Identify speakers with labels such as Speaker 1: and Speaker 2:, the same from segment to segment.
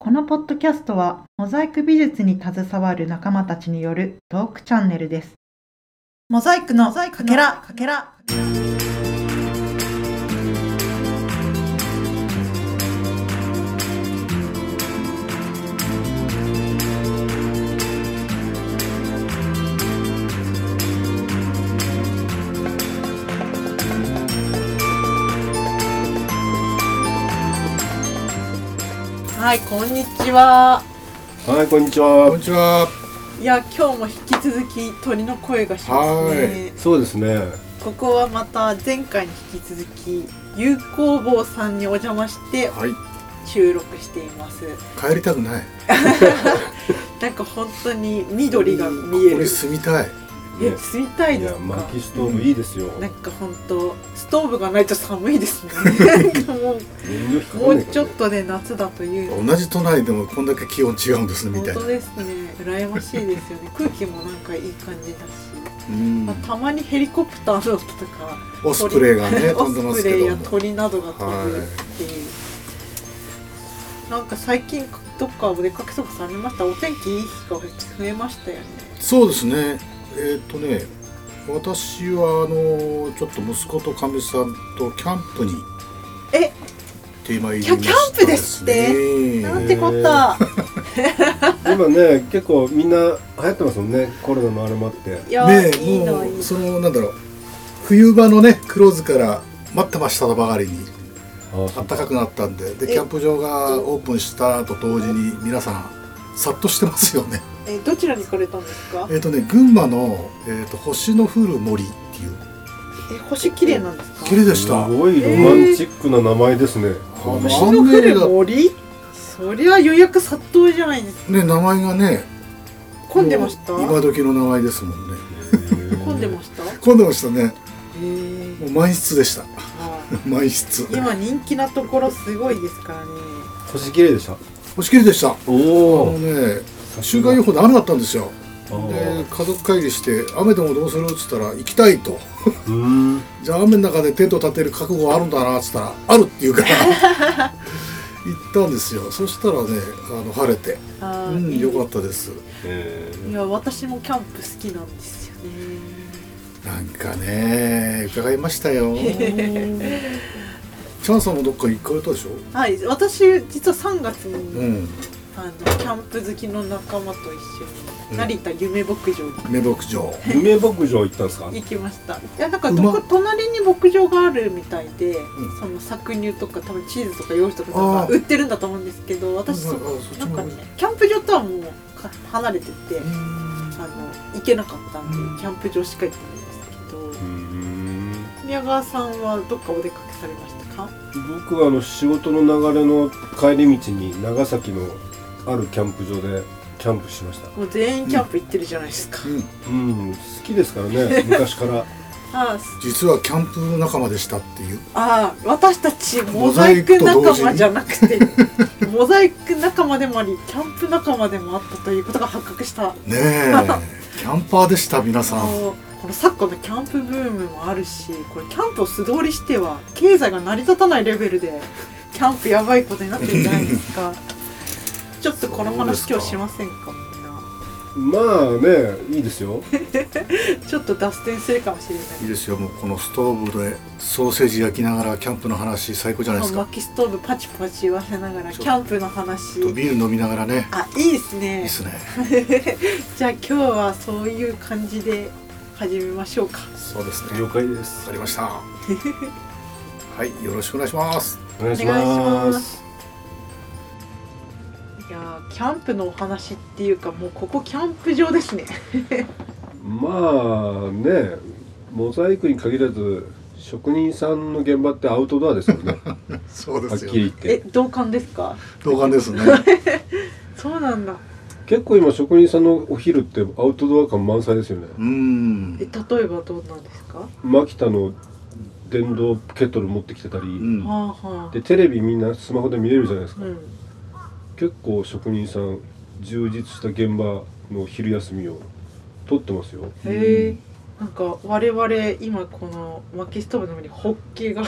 Speaker 1: このポッドキャストは、モザイク美術に携わる仲間たちによるトークチャンネルです。モザイクのかけら、かけら。
Speaker 2: はい、こんにちは。
Speaker 3: はい、こんにち
Speaker 4: こん
Speaker 3: は
Speaker 4: に。ちは。
Speaker 2: いや、今日も引き続き鳥の声がしますね。
Speaker 3: そうですね。
Speaker 2: ここはまた前回に引き続き、有効坊さんにお邪魔して
Speaker 4: はい。
Speaker 2: 収録しています。
Speaker 4: 帰りたくない。
Speaker 2: なんか本当に緑が見え
Speaker 4: ここ
Speaker 2: る
Speaker 4: に。住みたい。
Speaker 2: え、住みたい
Speaker 3: い
Speaker 2: です
Speaker 3: や、
Speaker 2: か
Speaker 3: 薪ストーブいいですよ。
Speaker 2: なんか本当、ストーブがないと寒い ですね。なんかも
Speaker 3: 燃
Speaker 2: う、
Speaker 3: 料費か
Speaker 2: も
Speaker 3: かんな
Speaker 2: う
Speaker 3: いからね
Speaker 2: ちょっとで夏だというのに
Speaker 4: 同じ都内でもこんだけ気温違うんですねみ
Speaker 2: 本
Speaker 4: たいな
Speaker 2: 当。ですね羨ましいですよね空気もなんかいい感じだし、
Speaker 4: うん
Speaker 2: まあ、。たまにヘリコプターの音とか
Speaker 4: オスプレイがね
Speaker 2: オ
Speaker 4: 飛んでま
Speaker 2: ス
Speaker 4: す
Speaker 2: プ
Speaker 4: け
Speaker 2: レイ
Speaker 4: ど
Speaker 2: や
Speaker 4: も。
Speaker 2: 鳥などが飛ぶっていう、なんか最近どっかお出かけとかされましたお天気いい日が増えましたよね
Speaker 4: そうですね。えーっとね、私はあのちょっと息子とかみさんとキャンプに。
Speaker 2: え？
Speaker 4: テーマ入りました
Speaker 2: キャンプですって
Speaker 4: ね
Speaker 2: なんてこった
Speaker 3: 今ね、結構みんな流行ってますもんね。コロナもあれもあって。
Speaker 2: いや、
Speaker 4: ね
Speaker 2: いい
Speaker 4: え
Speaker 2: の
Speaker 4: も
Speaker 2: いいうの
Speaker 4: そのなんだろう冬場のねクローズから待ってましたばかりに
Speaker 3: あ
Speaker 4: 暖かくなったんでで
Speaker 2: え
Speaker 4: キャンプ場がオープンしたと同時に皆さん殺到してますよね
Speaker 2: えどちらに行かれたんですか
Speaker 4: えっとね群馬の、えー、と星の降る森っていう
Speaker 2: え星綺麗なんですか
Speaker 4: 綺麗でした
Speaker 3: すごいロマンチックな名前ですね。
Speaker 4: ー
Speaker 3: ま
Speaker 2: 星の降る森そりゃ予約殺到じゃないですか
Speaker 4: ね名前がね
Speaker 2: 混んでました
Speaker 4: もう今時の名前ですもんね
Speaker 2: 混んでましたへ
Speaker 4: 混んでましたね
Speaker 2: え
Speaker 4: もう満室でした
Speaker 2: あ
Speaker 4: 満室
Speaker 2: 今人気なところすごいですからね
Speaker 3: 星綺麗でした。
Speaker 4: 星綺麗でしたあ
Speaker 3: お
Speaker 4: の。ね週間予報で雨だったんですよ
Speaker 3: あ
Speaker 4: で
Speaker 3: ー
Speaker 4: 家族会議して雨でもどうするっつったら行きたいと
Speaker 3: うーん。
Speaker 4: じゃあ雨の中でテント立てる覚悟あるんだなっつったら「ある」って言 うから行ったんですよそしたらねあの晴れて
Speaker 2: あ
Speaker 4: う
Speaker 2: ー
Speaker 4: ん
Speaker 2: いい
Speaker 4: よかったです
Speaker 3: え
Speaker 2: いや私もキャンプ好きなんですよね
Speaker 4: なんかね伺いましたよチャンさんもどっか行かれたでしょ
Speaker 2: はい私実は3月に、
Speaker 4: うん
Speaker 2: あのキャンプ好きの仲間と一緒
Speaker 4: う
Speaker 2: に
Speaker 4: ん
Speaker 2: 成田夢牧場に
Speaker 4: 目牧場
Speaker 3: ー夢牧場行ったんですか。
Speaker 2: 行きましたいやなんか
Speaker 4: う
Speaker 2: ど
Speaker 4: ま
Speaker 2: こ隣に牧場があるみたいで、
Speaker 4: ん
Speaker 2: その搾乳とか多分チーズとか用紙とか多
Speaker 4: あ
Speaker 2: 分
Speaker 4: ー
Speaker 2: 売ってるんだと思うんですけど私そ
Speaker 4: うん
Speaker 2: こ
Speaker 4: あそっち
Speaker 2: な
Speaker 4: の
Speaker 2: ん
Speaker 4: 方
Speaker 2: かねキャンプ場とはもうか離れてて、
Speaker 4: うん
Speaker 2: あの行けなかったんで、
Speaker 3: うん
Speaker 2: キャンプ場しか行ってないんですけど、
Speaker 3: うーん。
Speaker 2: 宮川さんはどっかお出かけされましたか
Speaker 3: 僕はあの仕事の流れの帰り道に長崎のあるキャンプ場でキャンプしました。
Speaker 2: もう全員キャンプ行ってるじゃないですか、
Speaker 4: うん
Speaker 3: うん、好きですから ね、昔から。
Speaker 2: ああ
Speaker 4: 実はキャンプ仲間でしたっていう
Speaker 2: ああ私たちモザイク仲間じゃなくてモザイク仲間でもありキャンプ仲間でもあったということが発覚した
Speaker 4: ねえキャンパーでした皆さ
Speaker 2: あ
Speaker 4: ん
Speaker 2: のこの昨今のキャンプブームもあるしこれキャンプを素通りしては経済が成り立たないレベルでキャンプやばいことになってるじゃないです かちょっとこの話今日しませんかみんな
Speaker 3: まあね、いいですよ。
Speaker 2: ちょっと脱線するかもしれない
Speaker 4: いいですよもうこのストーブでソーセージ焼きながらキャンプの話最高じゃないですか
Speaker 2: 薪ストーブパチパチ言わせながら
Speaker 4: ち
Speaker 2: キ
Speaker 4: ょ
Speaker 2: ャンプの話
Speaker 4: とビール飲みながらね
Speaker 2: あいいです
Speaker 4: いい
Speaker 2: ね
Speaker 4: っすね
Speaker 2: じゃあ今日はそういう感じで始めましょうか
Speaker 4: そうですね
Speaker 3: 了解です
Speaker 4: わか。りました。 はい、よろしくお願いします。
Speaker 3: お願い
Speaker 2: し
Speaker 3: し
Speaker 2: ま
Speaker 3: ますす。
Speaker 2: いやーキャンプのお話っていうかもうここキャンプ場ですね
Speaker 3: まあね、モザイクに限らず、職人さんの現場ってアウトドアですよね。は
Speaker 4: そう
Speaker 3: っきり言っ
Speaker 2: え
Speaker 3: て。
Speaker 2: 同感ですか
Speaker 4: 同感ですね。
Speaker 2: そうなんだ
Speaker 3: 結構今職人さんのお昼ってアウトドア感満載ですよね。
Speaker 4: うーん
Speaker 2: え。例えばどうなんですか、は
Speaker 3: マキタの電動ケトル持ってきてたり、
Speaker 4: うん。
Speaker 2: あはあ
Speaker 3: でテレビみんなスマホで見れるじゃないですか。
Speaker 2: うん
Speaker 3: 結構職人さん充実した現場の昼休みを取ってますよ。
Speaker 2: へえなんか我々今この薪ストーブの上にホッケが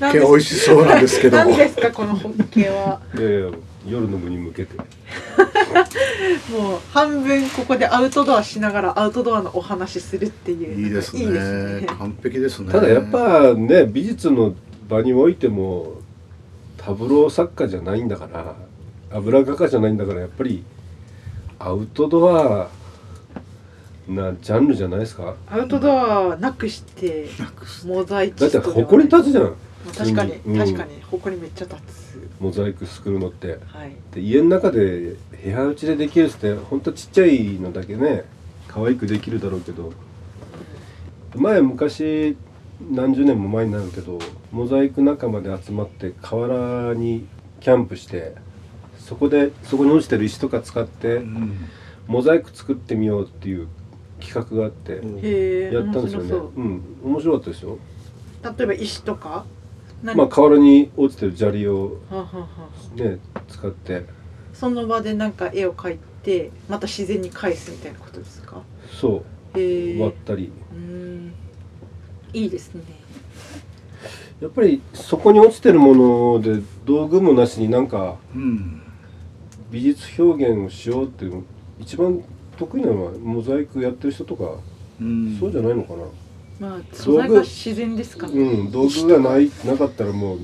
Speaker 2: なん
Speaker 4: 毛
Speaker 2: で
Speaker 4: 美味しそうなんですけど
Speaker 2: 何ですかこのホッケは。
Speaker 3: いやいや夜の部に向けて
Speaker 2: もう半分ここでアウトドアしながらアウトドアのお話しするっていう。
Speaker 4: いいですね
Speaker 2: いいですね。
Speaker 4: 完璧ですね
Speaker 3: ただやっぱね美術の場においてもタブロー作家じゃないんだから油画家じゃないんだからやっぱりアウトドアなジャンルじゃないですか
Speaker 2: アウトドアなくしてモザイク
Speaker 3: だって埃立つじゃん
Speaker 2: 確かに
Speaker 3: うん
Speaker 2: 確かに埃めっちゃ立つ。
Speaker 3: モザイク作るのって
Speaker 2: はい。
Speaker 3: で家の中で部屋打ちでできるっつってほんとちっちゃいのだけね可愛くできるだろうけど前昔何十年も前になるけどモザイク仲間で集まって河原にキャンプしてそこでそこに落ちてる石とか使って
Speaker 4: うん
Speaker 3: モザイク作ってみようっていう企画があって
Speaker 2: へえ。
Speaker 3: やったんですよ
Speaker 2: 面白
Speaker 3: ね
Speaker 2: そう
Speaker 3: うん面白かったですよ
Speaker 2: 例えば石とか。何
Speaker 3: まあ河原に落ちてる砂利を
Speaker 2: はんはんはん
Speaker 3: ね使って
Speaker 2: その場でなんか絵を描いてまた自然に返すみたいなことですか。
Speaker 3: そ
Speaker 2: へ
Speaker 3: う
Speaker 2: え。
Speaker 3: 割ったり
Speaker 2: うん。いいですね。
Speaker 3: やっぱりそこに落ちてるもので道具もなしになんか
Speaker 4: うん
Speaker 3: 美術表現をしようっていうの一番得意なのはモザイクやってる人とか、
Speaker 4: うん
Speaker 3: そうじゃないのかな、
Speaker 2: まあ素材が自然ですから
Speaker 3: う
Speaker 2: ね。
Speaker 3: ん、道具がないなかったらもう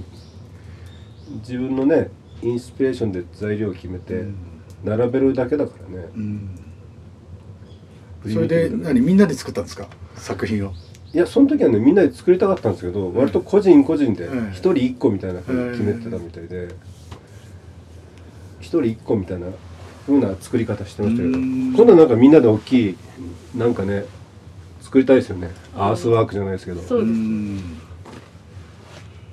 Speaker 3: 自分のねインスピレーションで材料を決めて並べるだけだからね、
Speaker 4: うんそれで何みんなで作ったんですか作品を
Speaker 3: いやその時はねみんなで作りたかったんですけど、割と個人個人で
Speaker 4: うん
Speaker 3: 一人一個みたいな感じで決めてたみたいで一人一個みたいなふうな作り方してましたけど
Speaker 4: うん
Speaker 3: 今度はなんかみんなで大きいなんかね作りたいですよねアースワークじゃないですけど
Speaker 2: そうですね
Speaker 4: ん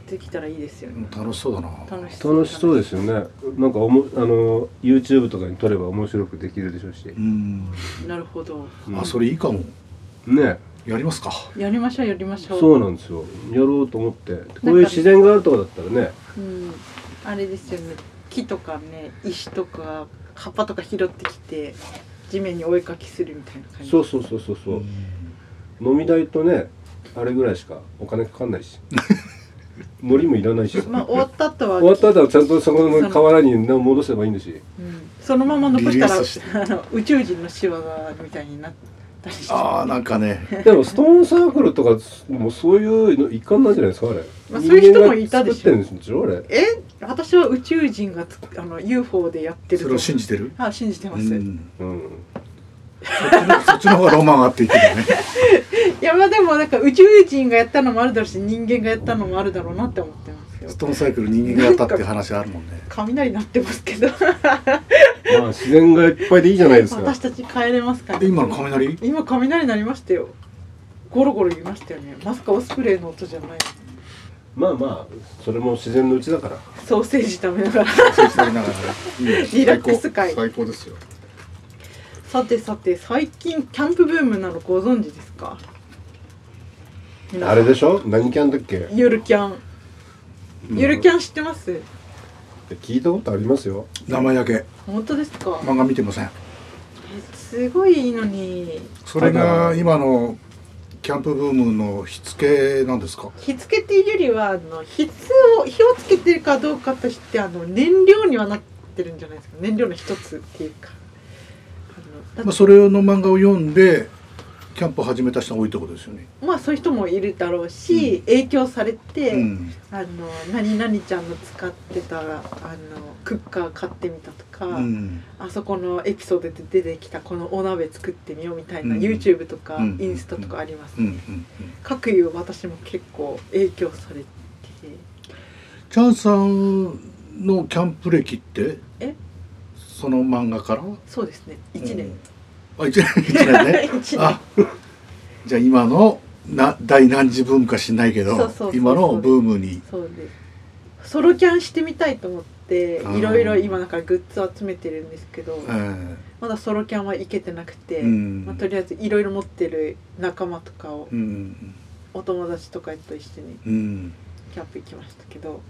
Speaker 2: できたらいいですよね。
Speaker 4: 楽しそうだな
Speaker 2: 楽しそう。
Speaker 3: 楽しそうですよねなんかおもあの YouTube とかに撮れば面白くできるでしょうし
Speaker 4: うん
Speaker 2: なるほど。
Speaker 3: うん
Speaker 4: あそれいいかも
Speaker 3: ね
Speaker 4: やりますか
Speaker 2: やりましょうやりましょう。
Speaker 3: そうなんですよやろうと思ってこういう自然があるとこだったらね
Speaker 2: うん。あれですよね。木とかね、石とか葉っぱとか拾ってきて地面にお絵かきするみたいな感じ。
Speaker 3: そうそうそうそうそう、飲み代とねあれぐらいしかお金かかんない し海苔もいらないし
Speaker 2: まあ終わった後は
Speaker 3: 終わった後はちゃんとそこの河原に戻せばいいんだ し
Speaker 2: うんそのまま残した
Speaker 4: リリー
Speaker 2: ら
Speaker 4: スし
Speaker 2: あの 宇宙人の仕業みたいになったりして。
Speaker 4: ああなんかね
Speaker 3: でもストーンサークルとかもうそういうの一環なんじゃないですかあれ、
Speaker 2: まあそういう人もいたでしょ
Speaker 3: 人間が作ってるんでしょあれ
Speaker 2: え、私は宇宙人がつあの UFO でやってる
Speaker 4: そ
Speaker 2: と
Speaker 4: れを信じてる
Speaker 2: あ信じてま
Speaker 4: う
Speaker 2: す。
Speaker 4: ん
Speaker 3: うん
Speaker 4: そっちの方がロマンあっていいけどね
Speaker 2: いやまあでもなんか宇宙人がやったのもあるだろうし人間がやったのもあるだろうなって思ってますよ
Speaker 4: ストーンサイクル人間がやったっていう話あるもんね
Speaker 2: 雷鳴ってますけど
Speaker 3: まあ自然がいっぱいでいいじゃないですか
Speaker 2: 私たち帰れますか
Speaker 4: で
Speaker 2: ね
Speaker 4: 今の雷
Speaker 2: 今雷鳴りましたよゴロゴロ言いましたよねまさかオスプレイの音じゃない
Speaker 3: まあまあそれも自然のうちだから
Speaker 2: ソーセージ食べながら
Speaker 4: そうしてながらリ
Speaker 2: リラックス会
Speaker 4: 最高ですよ
Speaker 2: さてさて最近キャンプブームなのご存知ですか皆さん
Speaker 3: あれでしょ何キャンだっけ
Speaker 2: ゆるキャンゆるキャン知ってます
Speaker 3: 聞いたことありますよ
Speaker 4: 名前だけ
Speaker 2: 本当ですか
Speaker 4: 漫画見てません
Speaker 2: えすごいいいのに
Speaker 4: それが今のキャンプブームの火付けなんですか
Speaker 2: 火付けっていうよりはあの火つを火をつけてるかどうかとしてあの燃料にはなってるんじゃないですか燃料の一つっていうかあのだ
Speaker 4: まあ、それの漫画を読んでキャンプを始めた人が多いってことですよね。
Speaker 2: まあそういう人もいるだろうし、影響されて、
Speaker 4: うん、
Speaker 2: あの何々ちゃんの使ってたあのクッカー買ってみたとか、
Speaker 4: うん、
Speaker 2: あそこのエピソードで出てきたこのお鍋作ってみようみたいな、
Speaker 4: うん
Speaker 2: YouTube とか、
Speaker 4: うん
Speaker 2: インスタとかあります、
Speaker 4: うん、うん。
Speaker 2: 各有私も結構影響されて
Speaker 4: チャンさんのキャンプ歴って。
Speaker 2: え
Speaker 4: その漫画から。
Speaker 2: そうですね1年、
Speaker 4: うん。あ、一 年、一年ね。
Speaker 2: 一年
Speaker 4: あ。じゃあ、今の、な、大何次文化しないけど、
Speaker 2: そうそうそうそう
Speaker 4: 今のブームに。
Speaker 2: そうですソロキャンしてみたいと思って
Speaker 4: うん
Speaker 2: いろいろ今なんかグッズ集めてるんですけど
Speaker 4: え
Speaker 2: まだソロキャンは行けてなくて、
Speaker 4: えうん
Speaker 2: まあ、とりあえずいろいろ持ってる仲間とかを
Speaker 4: うん。
Speaker 2: お友達とかと一緒に
Speaker 4: うん。
Speaker 2: キャンプ行きましたけど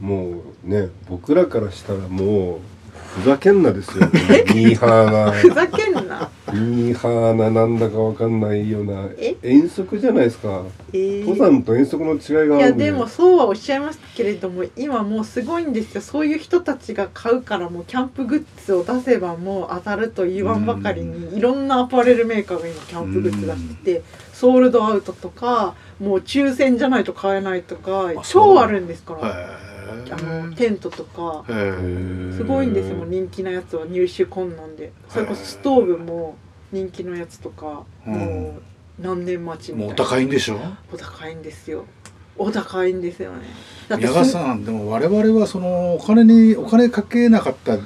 Speaker 3: もうね 僕らからしたらもうふざけんなですよミーハーが
Speaker 2: ふざけんな
Speaker 3: ミーハーななんだかわかんないような
Speaker 2: え
Speaker 3: 遠足じゃないですか
Speaker 2: えー
Speaker 3: 登山と遠足の違いがあ
Speaker 2: い
Speaker 3: る
Speaker 2: や
Speaker 3: んで
Speaker 2: でもそうはおっしゃいましたけれども今もうすごいんですよそういう人たちが買うからもうキャンプグッズを出せばもう当たると言わんばかり
Speaker 4: う
Speaker 2: にいろんなアパレルメーカーが今キャンプグッズ出しててソールドアウトとかもう抽選じゃないと買えないとか
Speaker 4: あそう
Speaker 2: 超あるんですからあのテントとか
Speaker 4: へー
Speaker 2: すごいんですよもう人気なやつは入手困難でそれこそストーブも人気のやつとか
Speaker 4: うん
Speaker 2: もう何年待ちみた
Speaker 4: も
Speaker 2: いうな
Speaker 4: お。高いんでしょ
Speaker 2: お高いんですよお高いんですよねだって
Speaker 4: 宮川さんでも我々はそのお金にお金かけなかったキ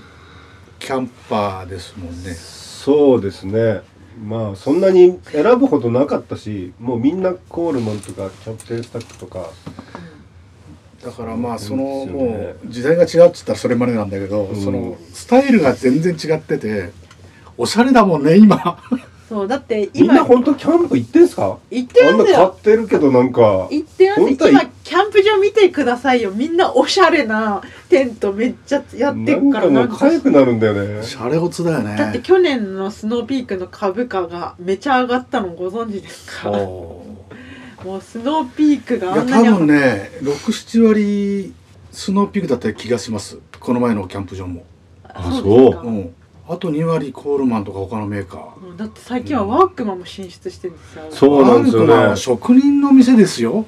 Speaker 4: ャンパーですもんね
Speaker 3: そうですねまあそんなに選ぶほどなかったしもうみんなコールマンとかキャプテンスタッフとか
Speaker 4: だからまあそ
Speaker 3: そ
Speaker 4: の
Speaker 3: うですよね
Speaker 4: もう時代が違うっつったらそれまでなんだけど、
Speaker 3: うん
Speaker 4: そのスタイルが全然違ってておしゃれだもんね今
Speaker 2: そうだって
Speaker 3: みん
Speaker 2: 今
Speaker 3: な本当キャンプ行ってんすか
Speaker 2: 行って
Speaker 3: あん
Speaker 2: ま
Speaker 3: な
Speaker 2: す
Speaker 3: 買
Speaker 2: よ
Speaker 3: ってるけどなんか
Speaker 2: 行ってます
Speaker 3: 本当は
Speaker 2: 今キャンプ場見てくださいよみんなおしゃれなテントめっちゃやって
Speaker 3: な
Speaker 2: る
Speaker 3: ん
Speaker 2: か
Speaker 3: からも
Speaker 2: な
Speaker 3: うんか
Speaker 2: か
Speaker 3: ゆくなるんだよね
Speaker 4: シャレオツだよ
Speaker 2: だって
Speaker 4: ね
Speaker 2: 去年のスノーピークの株価がめちゃ上がったのご存知ですか
Speaker 4: おー
Speaker 2: もうスノーピークが
Speaker 4: い
Speaker 2: あ
Speaker 4: や
Speaker 2: んな
Speaker 4: 多
Speaker 2: に
Speaker 4: 分ね67割スノーピークだった気がしますこの前のキャンプ場も、
Speaker 2: あですか
Speaker 4: う、ん、あと2割コールマンとか他のメーカー
Speaker 2: うんだって最近はワークマンも進出してるんですよ
Speaker 3: そうなんですよ
Speaker 4: ワールドマンは
Speaker 3: ね
Speaker 4: 職人の店ですよ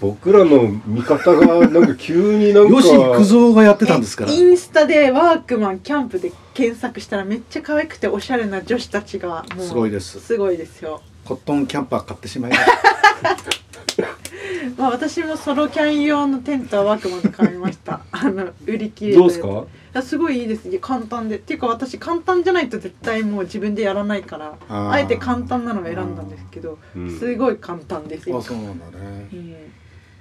Speaker 3: 僕らの味方がなんか急になんか
Speaker 4: 吉幾三がやってたんですから
Speaker 2: えインスタでワークマンキャンプで検索したらめっちゃ可愛くておしゃれな女子たちがもう
Speaker 4: すごいです
Speaker 2: すごいですよ
Speaker 4: コットンキャンパー買っ てしまいまし
Speaker 2: まあ私もソロキャン用のテントはワークマンで買いました あの売り切れた
Speaker 3: ど
Speaker 2: や
Speaker 3: うで
Speaker 2: つ
Speaker 3: すか
Speaker 2: いやすごいいいですね簡単でっていうか私簡単じゃないと絶対もう自分でやらないから
Speaker 4: たあ
Speaker 2: あえて簡単なのを選んだんですけど
Speaker 3: うん
Speaker 2: すごい簡単です
Speaker 4: あ
Speaker 2: よ、
Speaker 4: そうなんだね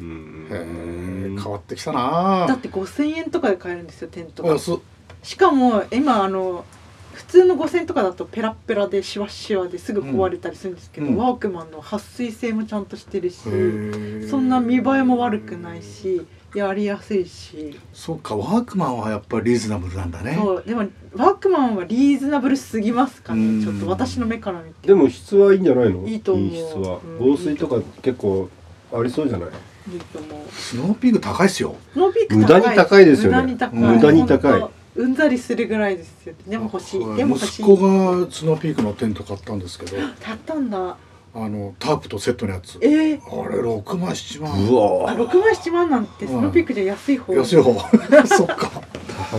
Speaker 2: うん
Speaker 3: うん
Speaker 4: へえ変わってきたな
Speaker 2: だって5000円とかで買えるんですよテントが
Speaker 4: あそ
Speaker 2: しかも今あの普通の5000とかだとペラッペラでシワシワですぐ壊れたりするんですけど、
Speaker 4: うん
Speaker 2: ワークマンの撥水性もちゃんとしてるし
Speaker 4: へえ
Speaker 2: そんな見栄えも悪くないしやりやすいし
Speaker 4: そうかワークマンはやっぱりリーズナブルなんだね
Speaker 2: そうでもワークマンはリーズナブルすぎますか
Speaker 4: うん
Speaker 2: ねちょっと私の目から見て
Speaker 3: でも質はいいんじゃないの
Speaker 2: いいと思う
Speaker 3: 質は
Speaker 2: うん
Speaker 3: 防水とか結構ありそうじゃない
Speaker 2: いいと思う
Speaker 4: スノーピーク高いっすよ
Speaker 2: スノーピーク
Speaker 3: 無駄に高いですよ
Speaker 2: 無
Speaker 3: ね
Speaker 2: 駄に高い
Speaker 4: 無駄
Speaker 3: に高い
Speaker 2: ほんとうんざりするぐらいですよでも欲しいでも欲し
Speaker 4: 息
Speaker 2: い
Speaker 4: 子がスノーピークのテント買ったんです けど
Speaker 2: 買ったんだ
Speaker 4: あのタープとセットのやつあ
Speaker 2: えー、
Speaker 4: れ6万7万
Speaker 3: うわ
Speaker 2: あ6万7万なんてスノーピークじゃ安い方
Speaker 4: 安い方そっか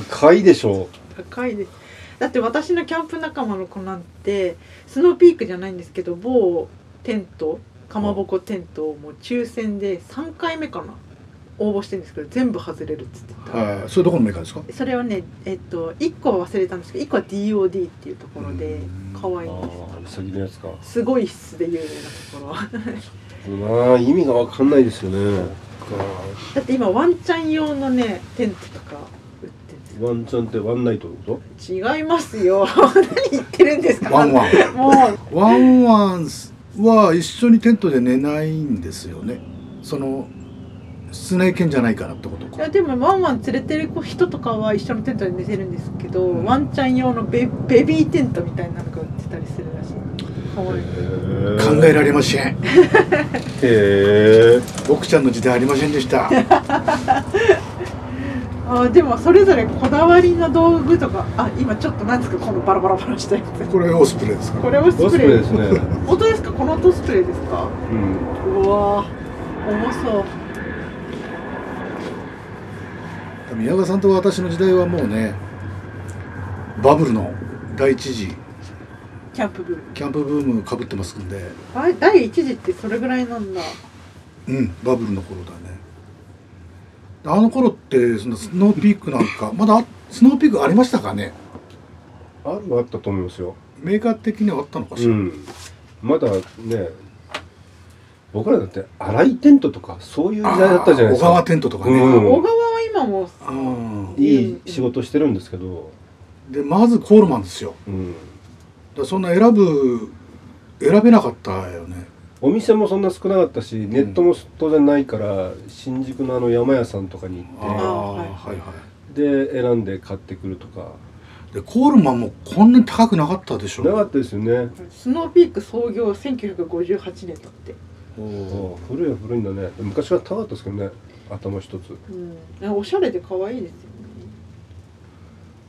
Speaker 3: 高いでしょ
Speaker 2: 高いですだって私のキャンプ仲間の子なんてスノーピークじゃないんですけど某テントかまぼこテントをもう抽選で3回目かな応募してるんですけど全部外れるっつってた、
Speaker 4: はいそれどこのメーカーですか
Speaker 2: それはねえっと1個は忘れたんですけど1個は DOD っていうところで
Speaker 4: うん
Speaker 2: 可愛いんで
Speaker 3: ああ先のやつか
Speaker 2: すすごい質で有名なところ
Speaker 3: まあ意味がわかんないですよね
Speaker 2: だって今ワンちゃん用のねテントとか売ってるん
Speaker 3: ワンチャンってワンナイトのこ
Speaker 2: ですよ違いますよ 何言ってるんですか
Speaker 4: ワンワン
Speaker 2: もう
Speaker 4: ワンワンは一緒にテントで寝ないんですよねその室内犬じゃないからってこと
Speaker 2: い
Speaker 4: か
Speaker 2: やでもワンワン連れてる子人とかは一緒のテントで寝てるんですけど、
Speaker 4: ん
Speaker 2: ワンちゃん用のベベビーテントみたいなのが売ってたりするらしいかわいい
Speaker 3: と
Speaker 4: 考えられません
Speaker 3: へえ
Speaker 4: 僕ちゃんの時代ありませんでした
Speaker 2: あーでもそれぞれこだわりの道具とかあ今ちょっと何ですかこのバラバラバラしたやつ
Speaker 4: これオスプレイですか
Speaker 2: これもス
Speaker 3: コ
Speaker 2: プ
Speaker 3: スプ
Speaker 2: レ
Speaker 3: レ
Speaker 2: ー
Speaker 3: ですね
Speaker 2: 本当ですかこの音スプレーですか
Speaker 3: うん
Speaker 2: うわー重そう
Speaker 4: 宮川さんと私の時代はもうねバブルの第一次
Speaker 2: キャンプブーム
Speaker 4: キャンプブームかぶってますんで
Speaker 2: あれ第一次ってそれぐらいなんだ
Speaker 4: うんバブルの頃だねあの頃ってそのスノーピークなんかまだスノーピークありましたかね
Speaker 3: あるはあったと思いますよ
Speaker 4: メーカー的にはあったのかし
Speaker 3: う
Speaker 4: ら、
Speaker 3: んまだね僕らだって荒いテントとかそういう時代だったじゃないです
Speaker 4: あー小川
Speaker 3: か
Speaker 4: テントとかね、
Speaker 3: うん
Speaker 2: 小川は今も
Speaker 4: うん
Speaker 3: いい仕事してるんですけど
Speaker 4: でまずコールマンですよ
Speaker 3: うん
Speaker 4: だからそんな選ぶ選べなかったよね
Speaker 3: お店もそんな少なかったしネットも当然ないから新宿のあの山屋さんとかに行
Speaker 4: あ
Speaker 3: っ
Speaker 4: あ
Speaker 2: はい
Speaker 4: はいはい
Speaker 3: てで選んで買ってくるとか
Speaker 4: でコールマンもこんなに高くなかったでし
Speaker 3: なか
Speaker 4: ょ
Speaker 3: ったですよね
Speaker 2: スノーピーク創業1958年だって、
Speaker 4: お
Speaker 3: お
Speaker 4: お
Speaker 3: 古いは古いんだね昔は高かったですけどね頭一つ
Speaker 2: うん、おしゃれで可愛いですよね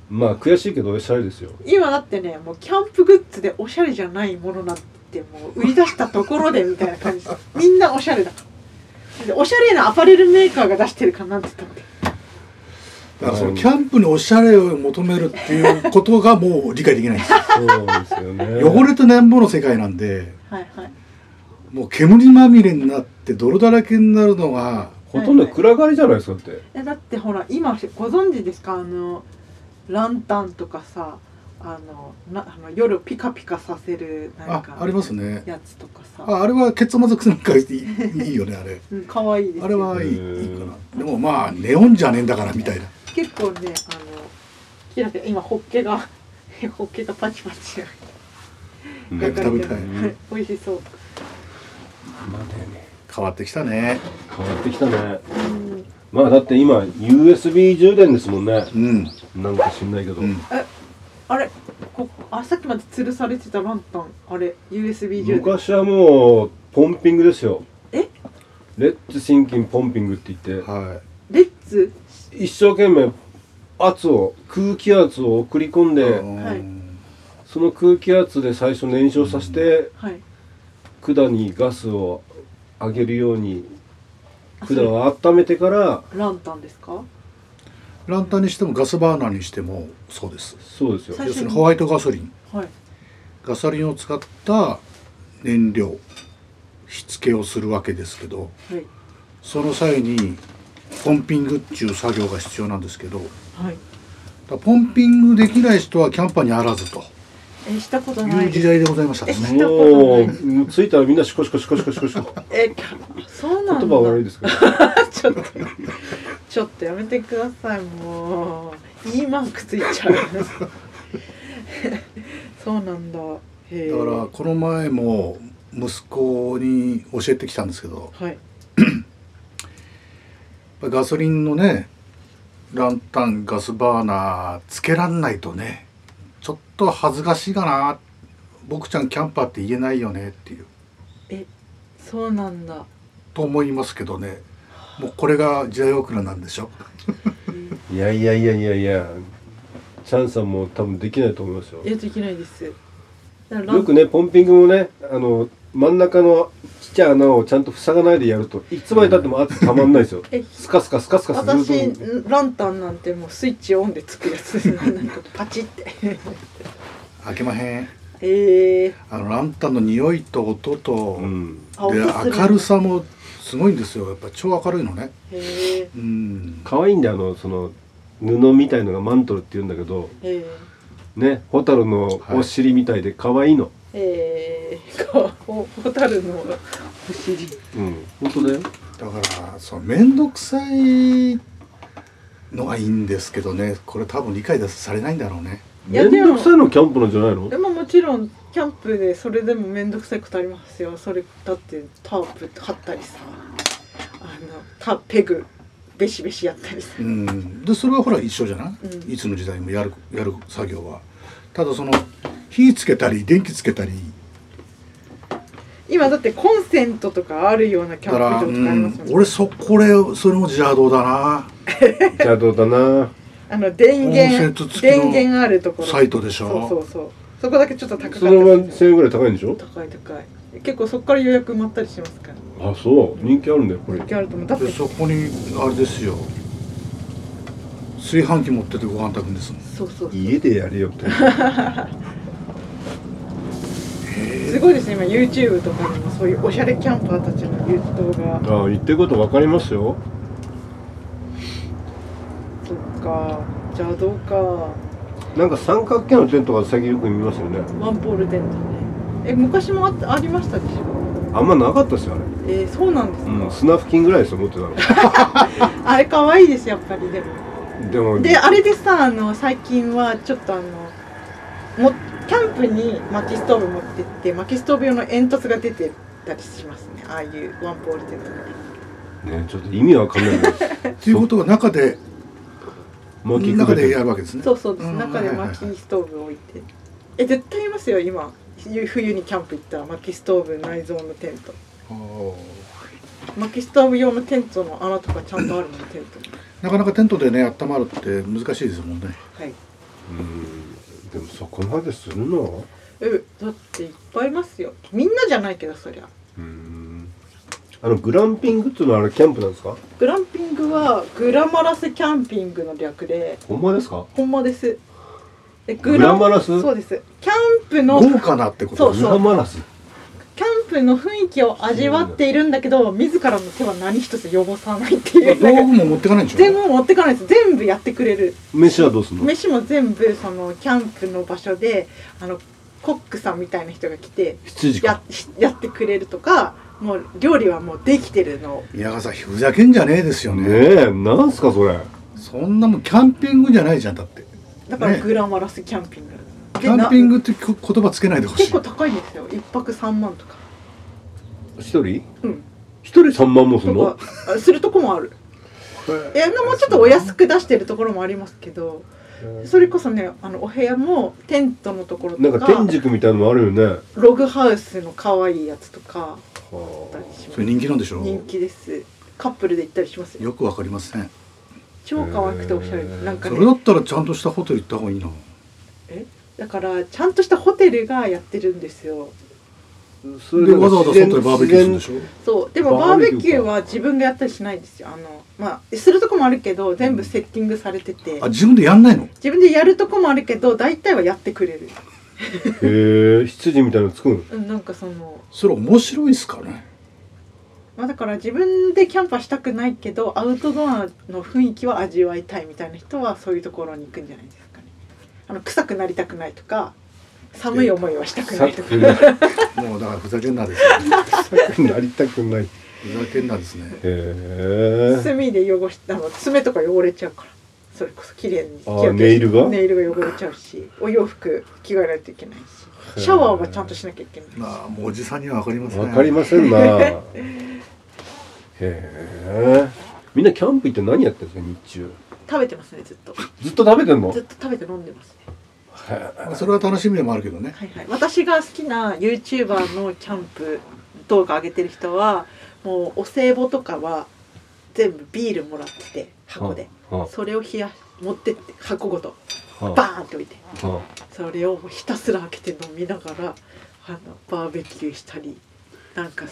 Speaker 3: まあ悔しいけどおしゃれですよ
Speaker 2: 今だってねもうキャンプグッズでおしゃれじゃないものなんてもう売り出したところでみたいな 感じですみんなおしゃれだからでおしゃれなアパレルメーカーが出してるかなんて言ったって
Speaker 4: だからそのキャンプにおしゃれを求めるっていうことがもう理解できない んですよ
Speaker 3: そうですよね
Speaker 4: 汚れとなんぼの世界なんで
Speaker 2: はいはい
Speaker 4: もう煙まみれになって泥だらけになるのが
Speaker 3: ほとんど暗がりじゃないですかだって
Speaker 2: えだってほら今ご存知ですかあのランタンとかさあのなあの夜ピカピカさせるなん
Speaker 4: あ
Speaker 2: か
Speaker 4: ありますね
Speaker 2: やつとかさ
Speaker 4: ああれはケツまずくすなんかいいいいよねあれ
Speaker 2: うん可愛いですよ
Speaker 4: あれはいいいい
Speaker 3: へー
Speaker 4: かなでもまあネオンじゃねえんだからみたいな
Speaker 2: 結構ねあのキラキラ今ホッケが ホッケがパチパチ
Speaker 3: うん
Speaker 4: 早く食べた
Speaker 2: は
Speaker 4: い
Speaker 2: い美味しそう
Speaker 3: まだよね
Speaker 4: 変わってきたね
Speaker 3: 変わってきたね
Speaker 2: うん
Speaker 3: まあだって今 USB 充電ですもんね
Speaker 4: うん
Speaker 3: なんか知んないけど、
Speaker 4: うん
Speaker 2: あれこあさっきまで吊るされてたランタンあれ USB 充電
Speaker 3: 昔はもうポンピングですよ
Speaker 2: え
Speaker 3: レッツシンキンポンピングって言って
Speaker 4: は
Speaker 2: レッツ
Speaker 3: 一生懸命圧を空気圧を送り込ん
Speaker 4: い、
Speaker 3: で、
Speaker 2: はい
Speaker 3: その空気圧で最初燃焼させて、
Speaker 2: はい
Speaker 3: 管にガスを上げるように
Speaker 2: あそれ
Speaker 3: 管を温めてから
Speaker 2: ランタンですか
Speaker 4: ランタンにしてもガスバーナーにしてもそうです
Speaker 3: そうですよ
Speaker 2: 最
Speaker 4: 要
Speaker 2: 初
Speaker 4: す
Speaker 2: に
Speaker 4: るにホワイトガソリン
Speaker 2: はい
Speaker 4: ガソリンを使った燃料火付けをするわけですけど
Speaker 2: はい
Speaker 4: その際にポンピングっていう作業が必要なんですけどだか
Speaker 2: はい
Speaker 4: らポンピングできない人はキャンパーにあらずと
Speaker 2: えしたことないいう
Speaker 4: 時代でございましたね
Speaker 2: 聞いたことな
Speaker 3: も
Speaker 2: いう
Speaker 3: もう着いたらみんなシコシコシコシコシコシコ
Speaker 2: えキャそう
Speaker 3: 言
Speaker 2: なんだ
Speaker 3: 葉は悪いですけど
Speaker 2: ちょっとちょっとやめてくださいもう E マークついちゃう そうなんだへえ
Speaker 4: だからこの前も息子に教えてきたんですけど
Speaker 2: はい
Speaker 4: ガソリンのねランタンガスバーナーつけらんないとねちょっと恥ずかしいかな僕ちゃんキャンパーって言えないよねっていう
Speaker 2: そうなんだ
Speaker 4: と思いますけどねもうこれが時代遅れなんでしょ
Speaker 3: いやいやいやいやいやチャンさんも多分できないと思いますよ
Speaker 2: えできないですだからラン
Speaker 3: よくねポンピングもねあの真ん中のちっちゃい穴をちゃんと塞がないでやるといつまでたっても圧たまんないですよ
Speaker 2: え
Speaker 3: スカスカスカスカスず
Speaker 2: 私
Speaker 3: っと
Speaker 2: ランタンなんてもうスイッチオンでつくやつなんかパチって
Speaker 4: 開けまへん
Speaker 2: ええ
Speaker 4: あのランタンの匂いと音と、
Speaker 3: うん
Speaker 2: あ
Speaker 4: で
Speaker 2: 音する
Speaker 4: 明るさもすごいんですよやっぱ超明るいのね
Speaker 2: へえ
Speaker 4: うん
Speaker 3: 可愛いんだよあのその布みたいのがマントルって言うんだけど
Speaker 2: へえ
Speaker 3: ねホタルのお尻みたいで可愛いの、
Speaker 2: ええかおホタルのお尻
Speaker 3: うん本当だよ
Speaker 4: だからその面倒くさいのはいいんですけどねこれ多分理解されないんだろうね
Speaker 2: いや
Speaker 3: 面倒くさいのキャンプなんじゃない の
Speaker 2: でももちろんキャンプでそれでも面倒くさいことありますよそれだってタープ張ったりさあのタペグベシベシやったりさ
Speaker 4: うん、でそれはほら一緒じゃない、
Speaker 2: うん
Speaker 4: いつの時代もやるやる作業はただその火つけたり電気つけたり
Speaker 2: 今だってコンセントとかあるようなキャ
Speaker 4: だから、
Speaker 2: ンプ場とかあります
Speaker 4: う
Speaker 2: よ
Speaker 4: ん
Speaker 2: ね、
Speaker 4: 俺そこれそれも邪道だな
Speaker 3: 邪道だな
Speaker 2: あの電
Speaker 4: コンセン
Speaker 2: 源
Speaker 4: ト付きの
Speaker 2: 電源あるところ
Speaker 4: サイトでし
Speaker 2: そうそ
Speaker 4: ょ
Speaker 2: うそうそこだけちょっと高かった
Speaker 3: そのまま
Speaker 2: りす
Speaker 3: 1000
Speaker 2: る
Speaker 3: 円ぐらい高いんでしょ
Speaker 2: 高い高い結構そこから予約埋まったりしますから
Speaker 3: あそう人気あるんだよこれ
Speaker 2: 人気あると思うだって
Speaker 4: でそこにあれですよ炊飯器持っててご飯炊くんですもん
Speaker 2: そうそう
Speaker 3: 家でやれよみたいな
Speaker 2: すごいですね今 YouTube とかにもそういうおしゃれキャンパーたちの動画
Speaker 3: ああ言ってること分かりますよ
Speaker 2: そっか邪道か
Speaker 3: なんか三角形のテントが最近よく見ますよね
Speaker 2: ワンポールテントねえ昔もあったありましたでしょ
Speaker 3: あんまなかったですよあれ、
Speaker 2: えー、そうなんですか、
Speaker 3: うん、砂付近ぐらいですよ持ってたの
Speaker 2: あれ可愛いですやっぱりでも
Speaker 3: でも
Speaker 2: であれでさあの最近はちょっとあのもキャンプに薪ストーブ持ってって薪ストーブ用の煙突が出てたりしますねああいうワンポールテントね
Speaker 3: ねちょっと意味わかんないけど
Speaker 4: っていうことは中で
Speaker 3: 薪くべて
Speaker 4: 中でやるわけですね
Speaker 2: そうそうです
Speaker 4: うん
Speaker 2: 中で薪ストーブ置いてえ絶対いますよ今ゆ冬にキャンプ行ったら薪ストーブ内蔵のテント
Speaker 4: あー
Speaker 2: 薪ストーブ用のテントの穴とかちゃんとあるもんテントに
Speaker 4: なかなかテントでね温まるって難しいですもんね
Speaker 2: はい
Speaker 3: うんでもそこまでするの
Speaker 2: えだっていっぱいいますよみんなじゃないけどそりゃ
Speaker 3: うんあのグランピングっていうのはあれキャンプなんですか
Speaker 2: グランピングはグラマラスキャンピングの略で
Speaker 3: ほんまですか
Speaker 2: ほんまですえ
Speaker 3: グラマラス
Speaker 2: そうですキャンプの
Speaker 4: 豪華なってこと
Speaker 2: そう
Speaker 3: グラマラス
Speaker 2: キャンプの雰囲気を味わっているんだけど自らの手は何一つ汚さないっていう
Speaker 4: 道具も持ってかないんでしょ
Speaker 2: 全部持ってかないです全部やってくれる
Speaker 3: 飯はどうすんの
Speaker 2: 飯も全部そのキャンプの場所であのコックさんみたいな人が来て
Speaker 3: 羊
Speaker 2: や
Speaker 3: か
Speaker 2: やってくれるとかもう料理はもうできてるのを
Speaker 4: 宮川さんふざけんじゃねえですよ
Speaker 3: ね
Speaker 4: ね
Speaker 3: えなんすかそれ
Speaker 4: そんなもんキャンピングじゃないじゃんだって
Speaker 2: だから
Speaker 4: ね
Speaker 2: グラマラスキャンピング、
Speaker 4: キャンピン
Speaker 2: グ
Speaker 4: グってこ言葉つけないでほしい
Speaker 2: 結構高いんですよ一泊3万とか
Speaker 3: 一人
Speaker 2: うん
Speaker 3: 一人三万もす
Speaker 2: と
Speaker 3: んの
Speaker 2: かあするとこもあるいやもうちょっとお安く出してるところもありますけどそれこそねあのお部屋もテントのところ
Speaker 3: なん
Speaker 2: と
Speaker 3: か
Speaker 2: か
Speaker 3: 天竺みたいのもあるよねは
Speaker 2: ログハウスの可愛いやつとかあったり
Speaker 3: あ
Speaker 2: しま
Speaker 4: そ
Speaker 2: す
Speaker 4: れ人気なんでしょ
Speaker 2: 人
Speaker 4: う
Speaker 2: 気ですカップルで行ったりしますよ
Speaker 4: よくわかりません
Speaker 2: 超可愛くておしゃれ
Speaker 3: へー
Speaker 2: なんか
Speaker 4: それだ
Speaker 2: ね
Speaker 4: ったらちゃんとしたホテル行った方がいいな
Speaker 2: だからちゃんとしたホテルがやってるんですよ
Speaker 3: そ
Speaker 4: でわざわざ外でバーベキューするんでし
Speaker 3: ょ
Speaker 4: ょ
Speaker 2: そうでもバ
Speaker 3: バーベ
Speaker 2: ー
Speaker 3: キューか
Speaker 2: ベキューは自分がやったりしないんですよあのまあするとこもあるけど全部セッティングされてて
Speaker 4: あ自分でやんないの
Speaker 2: 自分でやるとこもあるけど大体はやってくれる
Speaker 3: へえ羊みたいの作るの
Speaker 2: うんなんかその
Speaker 4: それ面白いっすかね
Speaker 2: まあだから自分でキャンプはしたくないけどアウトドアの雰囲気は味わいたいみたいな人はそういうところに行くんじゃないですかねあの臭くなりたくないとか寒い思いはしたくないとか
Speaker 3: な
Speaker 4: もうだからふざけんなですよ
Speaker 3: なりたくないへ
Speaker 4: ふざけんなですね
Speaker 3: え
Speaker 2: 炭で汚しあの爪とか汚れちゃうからそれこそ綺麗に
Speaker 3: あーネイルが
Speaker 2: ネイルが汚れちゃうしお洋服着替えないといけないしシャワーはちゃんとしなきゃいけないし
Speaker 4: まあもうおじさんにはわかりません
Speaker 3: わかりませんなへえみんなキャンプ行って何やってるんですか日中
Speaker 2: 食べてますねずっと
Speaker 3: ずっと食べてんの
Speaker 2: ずっと食べて飲んでますね
Speaker 4: まあそれは楽しみでもあるけどね
Speaker 2: はいはい私が好きな YouTuber のキャンプ動画上げてる人はもうお歳暮とかは全部ビールもらってて箱で
Speaker 3: は
Speaker 2: それを冷やし持ってって箱ごと
Speaker 3: あはあ
Speaker 2: バーンって置いて
Speaker 3: は
Speaker 2: それをもうひたすら開けて飲みながらあのバーベキューしたりなんか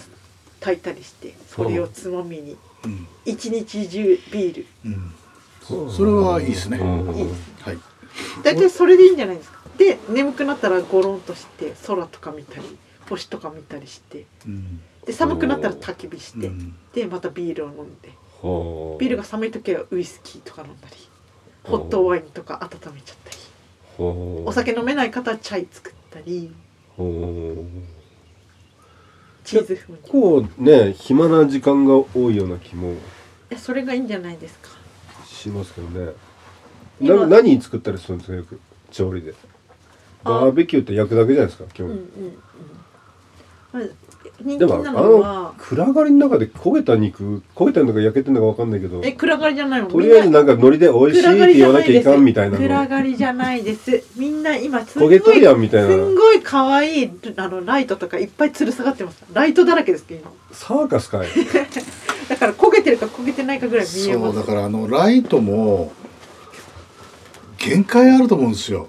Speaker 2: 炊いたりしてそれをつまみに
Speaker 4: うん、
Speaker 2: 一日中ビール
Speaker 4: うん、
Speaker 3: あ
Speaker 4: それはいいですね
Speaker 3: うん
Speaker 2: いいです
Speaker 4: はい
Speaker 2: 大体それでいいんじゃないですかで眠くなったらゴロンとして空とか見たり星とか見たりして
Speaker 4: うん
Speaker 2: で寒くなったら焚き火して、
Speaker 4: うん
Speaker 2: でまたビールを飲んで
Speaker 3: はあ
Speaker 2: ビールが寒い時はウイスキーとか飲んだりホットワインとか温めちゃったり
Speaker 3: お
Speaker 2: お酒飲めない方はチャイ作ったりチーズ風にい
Speaker 3: こうね暇な時間が多いような気も
Speaker 2: やそれがいいんじゃないですか
Speaker 3: しますけどね
Speaker 2: 今
Speaker 3: な何作ったりするんですかよく調理で
Speaker 2: あ
Speaker 3: バーベキューって焼くだけじゃないですか基
Speaker 2: うんう
Speaker 3: 本、
Speaker 2: んうんまあ人
Speaker 3: で
Speaker 2: 気
Speaker 3: も
Speaker 2: な
Speaker 3: あ
Speaker 2: の
Speaker 3: の
Speaker 2: は
Speaker 3: 暗がりの中で焦げた肉焦げたのか焼けてるのかわかんないけど
Speaker 2: え暗がりじゃないもん
Speaker 3: とりあえずなんか海苔で美味しいって言わなきゃいかんみたいな
Speaker 2: 暗
Speaker 3: の
Speaker 2: がりじゃないですみんな今す
Speaker 3: 焦
Speaker 2: ご
Speaker 3: げ
Speaker 2: い
Speaker 3: とるやんみたい
Speaker 2: すん
Speaker 3: な
Speaker 2: ごい可愛いあのライトとかいっぱい吊る下がってますライトだらけですけど今
Speaker 3: サーカスかい
Speaker 2: だから焦げてるか焦げてないかぐらい見え
Speaker 4: そ
Speaker 2: ま
Speaker 4: う
Speaker 2: す
Speaker 4: だからあのライトも限界あると思うんですよ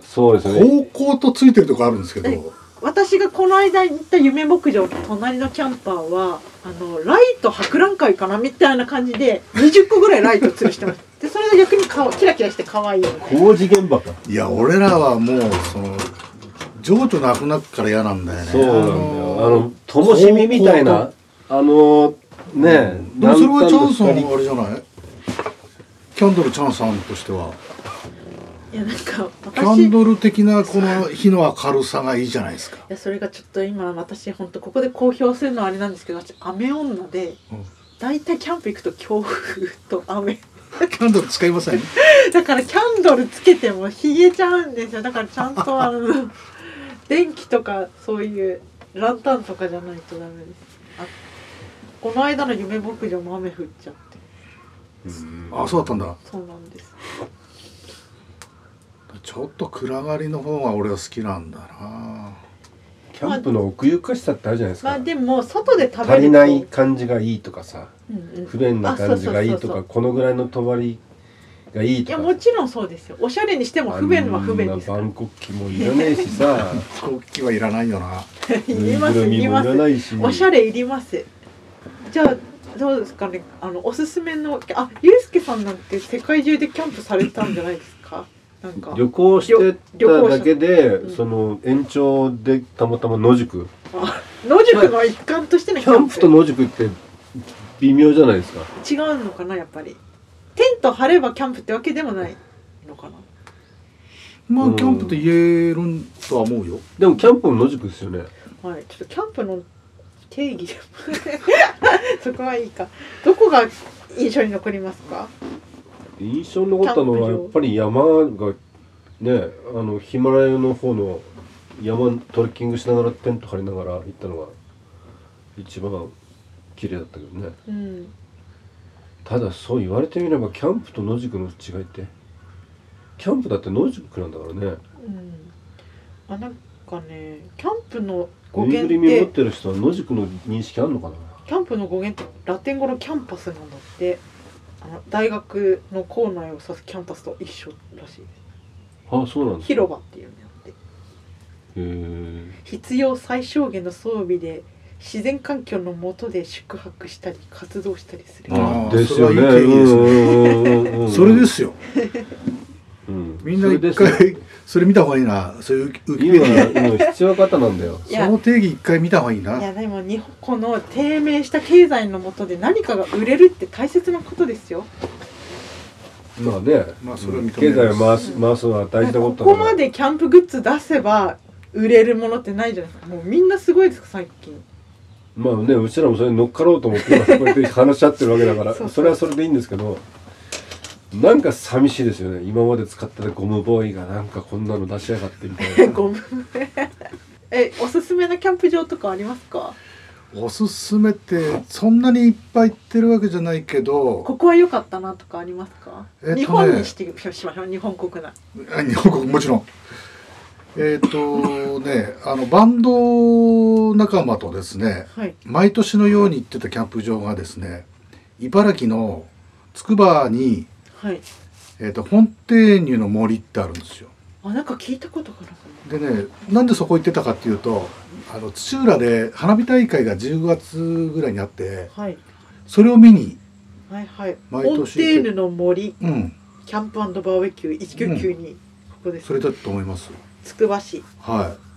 Speaker 3: そうですね
Speaker 4: 方向とついてるとこあるんですけ
Speaker 2: え
Speaker 4: ど
Speaker 2: 私がこの間行った夢牧場の隣のキャンパーはあのライト博覧会かなみたいな感じで20個ぐらいライト吊るしてます でそれが逆にかわキラキラして可愛い
Speaker 3: 工事現場か
Speaker 4: いや俺らはもうその情緒なくなるから嫌なんだよね
Speaker 3: そうなんだよあの灯しみみたいなあのね
Speaker 4: でもそれはチャンさん
Speaker 3: 南端の光
Speaker 4: あれじゃないキャンドルチャンさんとしてはい
Speaker 2: やなんか
Speaker 4: キャン
Speaker 2: 私い
Speaker 4: ドル的なこの火の明るさがいいじゃないですか
Speaker 2: やそれがちょっと今私本当ここで公表するのはあれなんですけど私雨女で
Speaker 4: うん
Speaker 2: 大体キャンプ行くと強風と雨
Speaker 4: キャンドル使いません
Speaker 2: だからキャンドルつけても冷えちゃうんですよだからちゃんとあの電気とかそういうランタンとかじゃないとダメですあこの間の夢牧場も雨降っちゃって
Speaker 4: あそうだったんだ
Speaker 2: そうなんです
Speaker 4: ちょっと暗がりの方が俺は好きなんだな
Speaker 3: キャンプの奥ゆかしさってあるじゃないです
Speaker 2: ま
Speaker 3: か
Speaker 2: あ、でも外で食べると
Speaker 3: 足りない感じがいいとかさ
Speaker 2: うんうん
Speaker 3: 不便な感じがいいと
Speaker 2: あそうそうそうそ
Speaker 3: か
Speaker 2: う
Speaker 3: このぐらいの泊まりがいい
Speaker 2: い
Speaker 3: と
Speaker 2: や
Speaker 3: か
Speaker 2: もちろんそうですよおしゃれにしても不便は不便ですか
Speaker 3: あんな
Speaker 2: ら
Speaker 3: 万国旗もいらねえしさ
Speaker 4: 飛行機はいらないよな
Speaker 2: い
Speaker 3: ぬい
Speaker 2: り
Speaker 3: ぐ
Speaker 2: ま
Speaker 3: る
Speaker 2: すい
Speaker 3: み
Speaker 2: り
Speaker 3: も
Speaker 2: ま
Speaker 3: いら
Speaker 2: す
Speaker 3: ないし
Speaker 2: おしゃれいりますじゃあどうですかねあのおすすめのあゆうすけさんなんて世界中でキャンプされてたんじゃないですかなんか
Speaker 3: 旅行してただけで、
Speaker 2: うん
Speaker 3: その延長でたまたま野宿
Speaker 2: 野宿の一環としての
Speaker 3: キャンプと野宿って微妙じゃないですか
Speaker 2: 違うのかなやっぱりテント張ればキャンプってわけでもないのかな
Speaker 4: まあ
Speaker 3: うん
Speaker 4: キャンプと言えるんとは思うよ
Speaker 3: でもキャンプも野宿ですよね
Speaker 2: はい、ちょっとキャンプの定義でも そこはいいかどこが印象に残りますか
Speaker 3: 印象に残ったのは
Speaker 2: キャン
Speaker 3: や
Speaker 2: プ場
Speaker 3: っぱり山がねあのヒマラヤの方の山トレッキングしながらテント張りながら行ったのが一番綺麗だったけどね
Speaker 2: うん
Speaker 3: ただそう言われてみればキャンプと野宿の違いってキャンプだって野宿なんだからね
Speaker 2: うんあなんかねキャンプの語
Speaker 3: ぬい
Speaker 2: 源
Speaker 3: ぐ
Speaker 2: って
Speaker 3: るみを持ってる人は野宿の認識あんのかな
Speaker 2: キャンプの語源ってラテン語のキャンパスなんだってあの大学の校内を指すキャンパスと一緒らしいで
Speaker 3: あそうなん
Speaker 2: す
Speaker 3: ですかへ
Speaker 2: 広場っていうのやって
Speaker 3: え
Speaker 2: 必要最小限の装備で自然環境の下で宿泊したり活動したりする
Speaker 4: あー
Speaker 3: ですよね
Speaker 4: それはいい定義ですね
Speaker 3: うんうんうんうん
Speaker 4: それですよ
Speaker 3: うん
Speaker 4: みんな
Speaker 3: それで
Speaker 4: 一
Speaker 3: すよ
Speaker 4: 回 それ見た方がいいなそういうウウキペディ
Speaker 3: 今今必要方なんだよ
Speaker 2: いや
Speaker 4: アその定義一回見た方がいいない
Speaker 2: やでも日本この低迷した経済の下で何かが売れるって大切なことですよ。
Speaker 3: まあね、
Speaker 4: まあそれは認めます
Speaker 3: 経済を回す回すのは大事なこ
Speaker 2: こと
Speaker 3: だ
Speaker 2: こまでキャンプグッズ出せば売れるものってないじゃないですか。もうみんなすごいですか最近。
Speaker 3: まあねうちらもそれに乗っかろうと思って今こうやって話し合ってるわけだから
Speaker 2: そうそ
Speaker 3: そうれはそれでいいんですけどなんか寂しいですよね今まで使ってたゴムボーイがなんかこんなの出しやがってみたいな
Speaker 2: ごめん。えおすすめのキャンプ場とかありますか。
Speaker 4: おすすめってそんなにいっぱい行ってるわけじゃないけど
Speaker 2: ここは良かったなとかありますか。
Speaker 4: えっとね
Speaker 2: 日本にしてしましょう日本国内。
Speaker 4: あ 日本国もちろんえっ、とねあのバンド仲間とですね
Speaker 2: はい。
Speaker 4: 毎年のように行ってたキャンプ場がですね茨城のつくばに、
Speaker 2: はい。
Speaker 4: えー、と本定乳の森ってあるんですよ
Speaker 2: あなんか聞いたことがなかっ
Speaker 4: でねなんでそこ行ってたかっていうとあの土浦で花火大会が10月ぐらいにあって
Speaker 2: た。はい。
Speaker 4: それを見に
Speaker 2: はいはい。オン
Speaker 4: 毎年行って
Speaker 2: テーヌの森
Speaker 4: うん
Speaker 2: キャンプバーベキュー1992、ここです
Speaker 4: そ。れだと思います
Speaker 2: つくば市。
Speaker 4: はい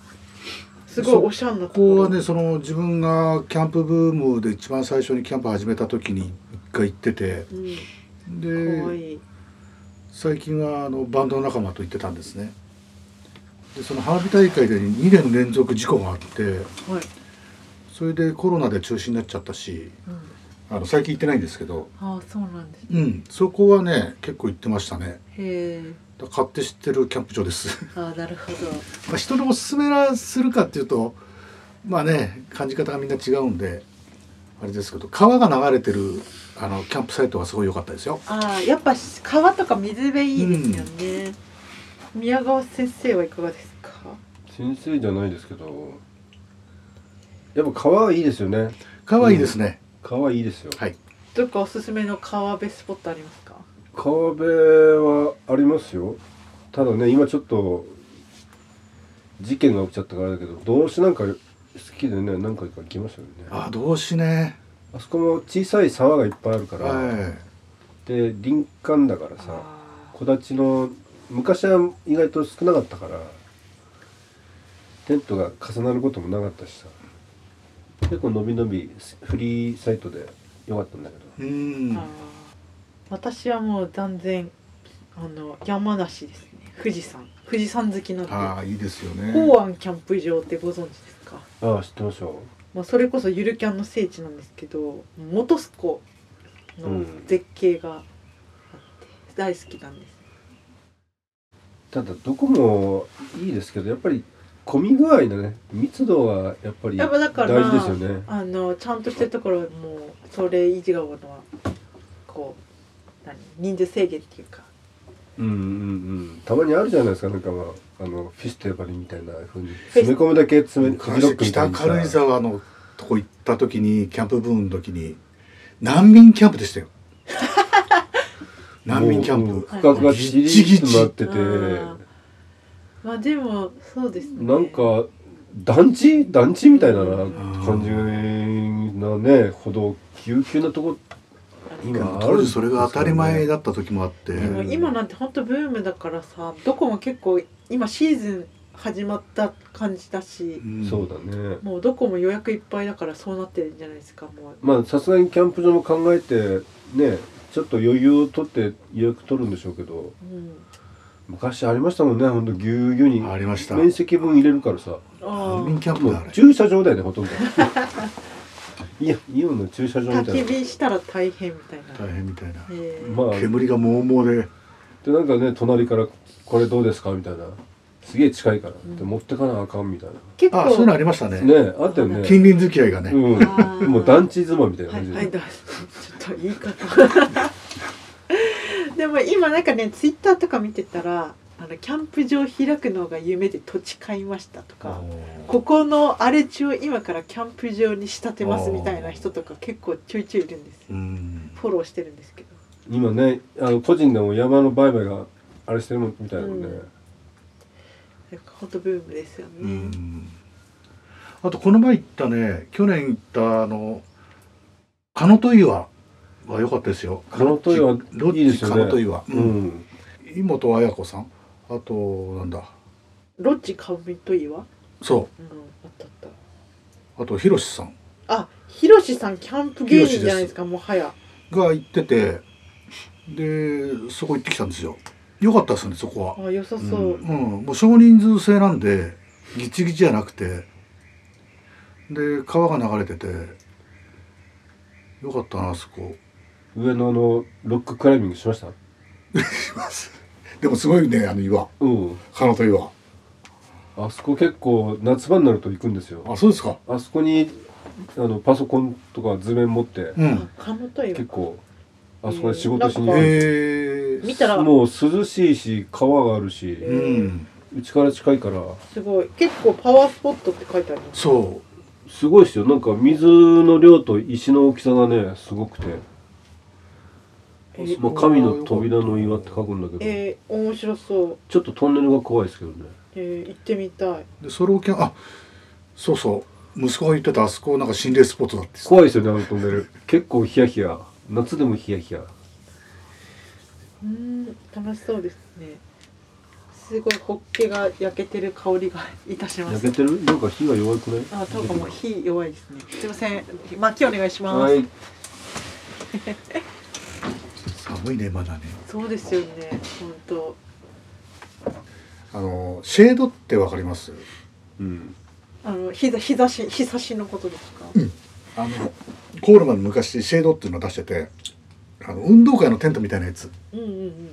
Speaker 2: すごいおしゃんな
Speaker 4: ことこ
Speaker 2: ころ
Speaker 4: はねその自分がキャンプブームで一番最初にキャンプ始めた時に一回行ってて
Speaker 2: うん、かわ
Speaker 4: で
Speaker 2: いい、
Speaker 4: 最近はあのバンド仲間と行ってたんですねでその花火大会で2年連続事故があって
Speaker 2: はい
Speaker 4: それでコロナで中止になっちゃったし
Speaker 2: うん、
Speaker 4: あの最近行ってないんですけど
Speaker 2: ああそうなんです
Speaker 4: うんそこはね結構行ってましたね
Speaker 2: へえ
Speaker 4: だから買って知ってるキャンプ場です
Speaker 2: ああなるほど
Speaker 4: まあ人におすすめらするかっていうとまあね感じ方がみんな違うんであれですけど川が流れてるあのキャンプサイトはすごい良かったですよ
Speaker 2: ああやっぱ川とか水辺いいですよね、宮川先生はいかがですか
Speaker 3: 先生じゃないですけどやっぱ川はいいですよね
Speaker 4: 川いいですね、
Speaker 3: 川いいですよ
Speaker 4: はい
Speaker 2: どっかおすすめの川辺スポットありますか
Speaker 3: 川辺はありますよただね今ちょっと事件が起きちゃったからだけど動詞なんか好きでね何回か行きましたよね
Speaker 4: ああどうしね
Speaker 3: あそこも小さい沢がいっぱいあるから、
Speaker 4: は
Speaker 3: で林間だからさ
Speaker 2: あ
Speaker 3: 木立の昔は意外と少なかったからテントが重なることもなかったしさ結構伸び伸びフリーサイトでよかったんだけど
Speaker 4: いうん
Speaker 2: ーあー私はもう断然あの山梨ですね富士山富士山好きなんで
Speaker 4: ああいいですよね
Speaker 2: 港湾キャンプ場ってご存知ですか
Speaker 3: ああ知ってましょ
Speaker 2: まあ、それこそゆるキャンの聖地なんですけど本栖湖の絶景があって大好きなんです、
Speaker 3: うただどこもいいですけどやっぱり混み具合だね密度はやっぱり
Speaker 2: やっぱだから
Speaker 3: 大事ですよね
Speaker 2: あのちゃんとしてるところはもうそれ以上のはこう何人数制限っていうか
Speaker 3: うんうんうんたまにあるじゃないですかなんかまああのフィステバリみたいなふうに詰め込むだけ詰めフジロックみたい
Speaker 4: 北
Speaker 3: にさ
Speaker 4: 軽井沢のとこ行った時にキャンプブームの時に難民キャンプでし たよ難民キャ
Speaker 3: もう
Speaker 4: ンプ
Speaker 3: 区画がギリッとなってて
Speaker 2: あーまあでもそうですね
Speaker 3: なんか団地団地みたいな感じなねほど急急なとこ今あ
Speaker 4: 当
Speaker 3: る
Speaker 4: 時それが当たり前だった時もあって、
Speaker 2: でも今なんて本当ブームだからさどこも結構今シーズン始まった感じだし、
Speaker 4: ん
Speaker 3: そうだね
Speaker 2: もうどこも予約いっぱいだからそうなってるんじゃないですかもう
Speaker 3: まあさすがにキャンプ場も考えてねちょっと余裕を取って予約取るんでしょうけど
Speaker 2: うん、
Speaker 3: 昔ありましたもんねほんとぎゅうぎゅうに
Speaker 4: ありました
Speaker 3: 面積分入れるからさ
Speaker 2: あ
Speaker 4: 難民キャンプ
Speaker 3: も
Speaker 4: だあ
Speaker 3: う
Speaker 4: れ
Speaker 3: 駐車場だよねほとんどいやイオンの駐車場
Speaker 2: あ
Speaker 3: みたい
Speaker 2: 焚き
Speaker 3: な
Speaker 2: 火したら大変みたいな
Speaker 4: 大変みたいな
Speaker 2: えー
Speaker 3: まあ
Speaker 4: 煙がもうもうで
Speaker 3: でなんかね隣から「これどうですか?」みたいなすげえ近いから、で持ってかなあかんみたい
Speaker 2: 結構
Speaker 4: あそういうのありましたね
Speaker 3: なねあったよね
Speaker 4: 近隣付き合いがね、
Speaker 3: うん、もう団地妻みたいな
Speaker 2: は
Speaker 3: 感
Speaker 2: い、
Speaker 3: じで、
Speaker 2: はい、どうぞちょっと言い方。 でも今なんかね、ツイッターとか見てたら、あのキャンプ場開くのが夢で土地買いましたとか。ここの荒れ地を今からキャンプ場に仕立てますみたいな人とか結構ちょいちょいいるんです
Speaker 4: う
Speaker 2: よ。
Speaker 4: ん
Speaker 2: フォローしてるんですけど。
Speaker 3: 今ねあの個人でも山の売買があれしてるもんみたいなもんね、
Speaker 2: うんなんか本当ブームですよね。
Speaker 4: うんあとこの前行ったね去年行ったあの鹿戸岩は良かったですよ
Speaker 3: カノトイワ
Speaker 4: ロッ
Speaker 3: いいで
Speaker 4: チ
Speaker 3: すよ
Speaker 4: 鹿
Speaker 3: ね
Speaker 4: 戸岩
Speaker 3: う
Speaker 4: うん
Speaker 3: ん
Speaker 4: 井本彩子さんあとなんだ
Speaker 2: ロッジカウミといいわ。
Speaker 4: そ
Speaker 2: うん、あったあった。
Speaker 4: うあとひろしさん
Speaker 2: あ、ひろしさんキャンプ芸人じゃないですか、もはや。
Speaker 4: が行っててでそこ行ってきたんですよ良かったですねそこは
Speaker 2: あ、良さそう。
Speaker 4: うん、もう少人数制なんでギチギチじゃなくてで川が流れててよかったなあそこ
Speaker 3: 上野のロッククライミングしました
Speaker 5: でもすごいねあの岩
Speaker 3: うん
Speaker 5: 花と岩
Speaker 3: あそこ結構夏場になると行くんですよ
Speaker 5: あそうですか
Speaker 3: あそこにあのパソコンとか図面持って
Speaker 4: うん
Speaker 2: あ、カノといわ
Speaker 3: 結。構あそこで仕事しに
Speaker 2: うん
Speaker 3: 行
Speaker 2: なん
Speaker 3: く
Speaker 4: へ
Speaker 2: か
Speaker 4: え
Speaker 2: 見たら
Speaker 3: もう涼しいし川があるし
Speaker 2: え
Speaker 4: うん
Speaker 3: うちから近いから
Speaker 2: すごい。結構パワースポットって書いてあります。
Speaker 4: そ
Speaker 3: すごいですよなんか水の量と石の大きさがねすごくて、
Speaker 2: え
Speaker 3: まあ、神の扉の岩って書くんだけど、
Speaker 2: えー、面白そう。
Speaker 3: ちょっとトンネルが怖いですけどね
Speaker 2: えー、行ってみたい。
Speaker 4: うでソロキャンあそうそう息子が言ってたあそこなんか心霊スポットだって
Speaker 3: 怖いですよねあのトンネル結構ヒヤヒヤ夏でもヒヤヒヤ
Speaker 2: うーん、楽しそうですね。すごいホッケが焼けてる香りがいたしま
Speaker 3: 焼
Speaker 2: す
Speaker 3: け。てるなんか火が弱くない
Speaker 2: あ、とかもう火弱いですね。すいません。薪お願いします。
Speaker 3: はい
Speaker 4: 寒いねまだね
Speaker 2: そうですよね。本当。
Speaker 5: あのシェードってわかります
Speaker 3: うん
Speaker 2: あの日ざ日差し日差しのことですか。
Speaker 5: あのコールマン昔シェードっていうのを出しててあの運動会のテントみたいなやつ
Speaker 2: うんうんうん。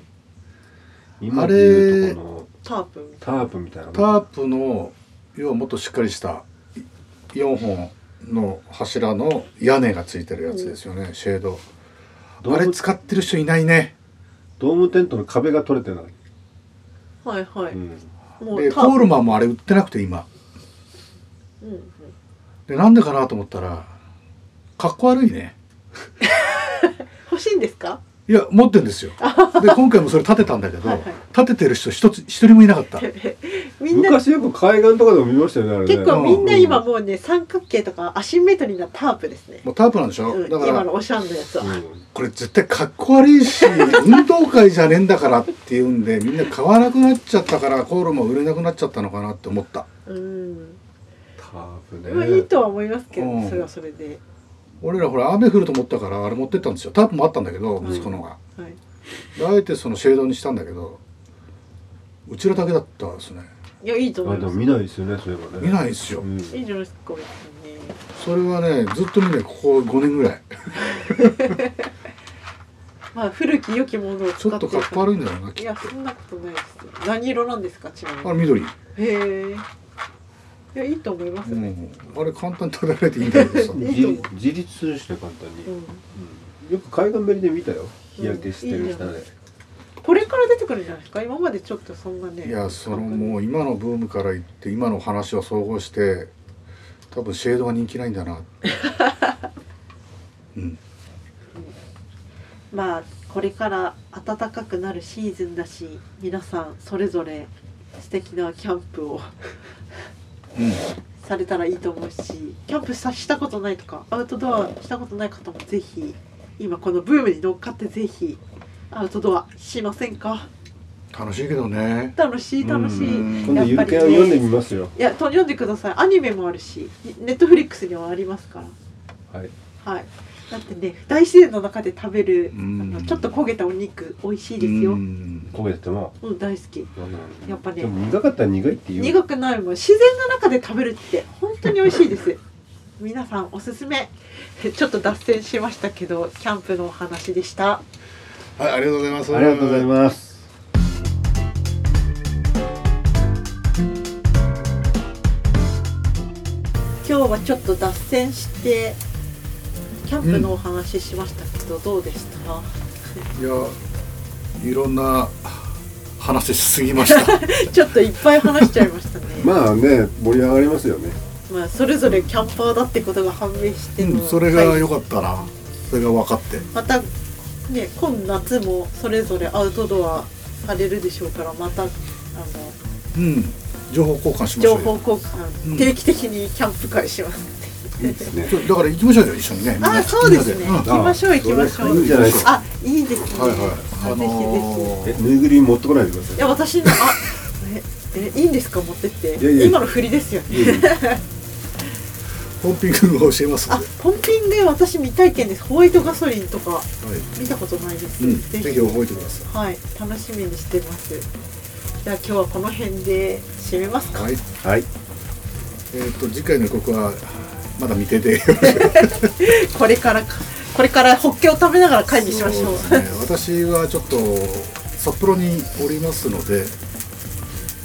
Speaker 3: 今でいうとこの
Speaker 2: タープみたい
Speaker 3: タープみたいな
Speaker 4: タープの要はもっとしっかりした4本の柱の屋根がついてるやつですよね、シェード
Speaker 3: ドー
Speaker 4: あ
Speaker 3: ム
Speaker 4: れ使ってる人いないね
Speaker 3: ドームテントの壁が取れてない、
Speaker 2: な。はいはい。
Speaker 3: うん、
Speaker 2: も
Speaker 4: で
Speaker 2: うタ
Speaker 4: コー
Speaker 2: ー
Speaker 4: ルマンもあれ売ってなくて今
Speaker 2: プ。うんうん。
Speaker 4: でなんでかなと思ったらかっこ悪いね
Speaker 2: 欲しいんですか。
Speaker 4: いや持って んですよで今回もそれ立てたんだけど
Speaker 2: はいはい
Speaker 4: 立ててる人一つ一人もいなかった
Speaker 2: みんな
Speaker 3: 昔よく海岸とかでも見ましたよねあれね
Speaker 2: 結構みんな今もうね三角形とかアシンメトリーなタープですね、
Speaker 4: もうタープなんでしょ、
Speaker 2: うん、
Speaker 4: だか
Speaker 2: 今
Speaker 4: ら
Speaker 2: のおしゃんのやつは、
Speaker 3: うん
Speaker 4: これ絶対かっこ悪いし 運動会じゃねえんだからっていうんでみんな買わなくなっちゃったからコールも売れなくなっちゃったのかなって思った
Speaker 2: うん
Speaker 3: タープね
Speaker 2: まあいいとは思いますけど、
Speaker 4: うん
Speaker 2: それはそれで、
Speaker 4: 俺らほら雨降ると思ったからあれ持ってったんですよタープもあったんだけど息子のが、
Speaker 2: はい、
Speaker 4: であえてそのシェードにしたんだけどうちらだけだったんですね
Speaker 2: いやいいと思
Speaker 3: あ
Speaker 2: い
Speaker 3: で
Speaker 2: ま
Speaker 3: も
Speaker 2: す
Speaker 3: 見ないですよねそういえばね
Speaker 4: 見ないですよ、
Speaker 3: うん
Speaker 2: いいじゃないですか別にね
Speaker 4: それはねずっと見ないここ5年ぐらい
Speaker 2: まあ古き良きものを
Speaker 4: ち
Speaker 2: 使
Speaker 4: ょ
Speaker 2: っ
Speaker 4: ってと
Speaker 2: るか
Speaker 4: からっこ悪いんだよないきっ
Speaker 2: やそんなことないですよ何色なんですかちな
Speaker 4: とあ
Speaker 2: みに
Speaker 4: れ緑、
Speaker 2: へえいやいいと思います
Speaker 4: う
Speaker 2: よ、
Speaker 4: ん、あれ簡単に食べられていいんだけ
Speaker 2: いいと
Speaker 4: どさ
Speaker 3: 自
Speaker 2: 思
Speaker 3: 自立するしね簡単に、
Speaker 2: うん
Speaker 3: うんよく海岸べりで見たよ日焼けしてる下で、
Speaker 2: これから出てくるんじゃないですか今までちょっとそんなね
Speaker 4: いやそのもう今のブームからいって今の話を総合して多分シェードが人気ないんだなうん
Speaker 2: まあこれから暖かくなるシーズンだし皆さんそれぞれ素敵なキャンプを
Speaker 4: うん
Speaker 2: されたらいいと思うしキャンプさしたことないとかアウトドアしたことない方もぜひ今このブームに乗っかってぜひアウトドアしませんか
Speaker 4: 楽しいけどね
Speaker 2: 楽しい楽しい、
Speaker 4: うん
Speaker 3: 今度ゆるキャン読んでみますよ
Speaker 2: いやと読んでくださいアニメもあるしネットフリックスにはありますから
Speaker 3: はい
Speaker 2: はい。だってね、大自然の中で食べる、
Speaker 4: うん
Speaker 2: あのちょっと焦げたお肉、美味しいですよ。
Speaker 4: う
Speaker 2: うん、
Speaker 4: ん
Speaker 3: 焦げてても
Speaker 2: 大好き。
Speaker 3: なんだろう
Speaker 2: やっぱね
Speaker 3: でも苦かったら苦いって言う
Speaker 2: 苦くないもん、自然の中で食べるって、本当に美味しいです。 皆さんおすすめ。 ちょっと脱線しましたけど、キャンプのお話でした。
Speaker 4: はいありがとうございます
Speaker 3: ありがとうございます
Speaker 2: 今日はちょっと脱線して。キャンプのお話しましたけど、どうでした。
Speaker 4: いやいろんな話しすぎました
Speaker 2: ちょっといっぱい話しちゃいましたね。
Speaker 3: まあね盛り上がりますよね
Speaker 2: まあ、それぞれキャンパーだってことが判明して
Speaker 4: う
Speaker 2: の
Speaker 4: んそれが
Speaker 2: はい
Speaker 4: 良かったなそれが分かって
Speaker 2: またね今夏もそれぞれアウトドアされるでしょうからまたあの
Speaker 4: うん情報交換しましょ
Speaker 2: 情
Speaker 4: うよ
Speaker 2: 報交
Speaker 4: うん
Speaker 2: 換定期的にキャンプ会します、
Speaker 3: いいですね
Speaker 4: ちょだから行きましょうよ一緒にねみんな
Speaker 2: あそうです
Speaker 4: み
Speaker 2: ね
Speaker 4: んな
Speaker 2: 行きましょう行きましょ
Speaker 3: いいん
Speaker 2: う
Speaker 3: じゃないですか
Speaker 2: あいいですね
Speaker 4: はいはいあの
Speaker 3: え
Speaker 4: ー
Speaker 3: ぬいぐるみ持ってこないでくださ
Speaker 2: いや私のあええいいんですか持ってって
Speaker 3: いやいや
Speaker 2: 今の振りですよね
Speaker 3: いいえいえ
Speaker 4: ポンピングを教えます
Speaker 2: あ
Speaker 4: ので
Speaker 2: ポンピング私未体験ですホワイトガソリンとか
Speaker 4: はい
Speaker 2: 見たことないです、
Speaker 4: うん、ぜひ覚えてくださ
Speaker 2: はい楽しみにしてますじゃあ今日はこの辺で締めますか
Speaker 4: い。はい、
Speaker 3: はい
Speaker 4: えっ、と次回の予告はまだ未定で。
Speaker 2: これからかこれからホッケを食べながら会議しましょう
Speaker 4: そうですね私はちょっと札幌におりますので、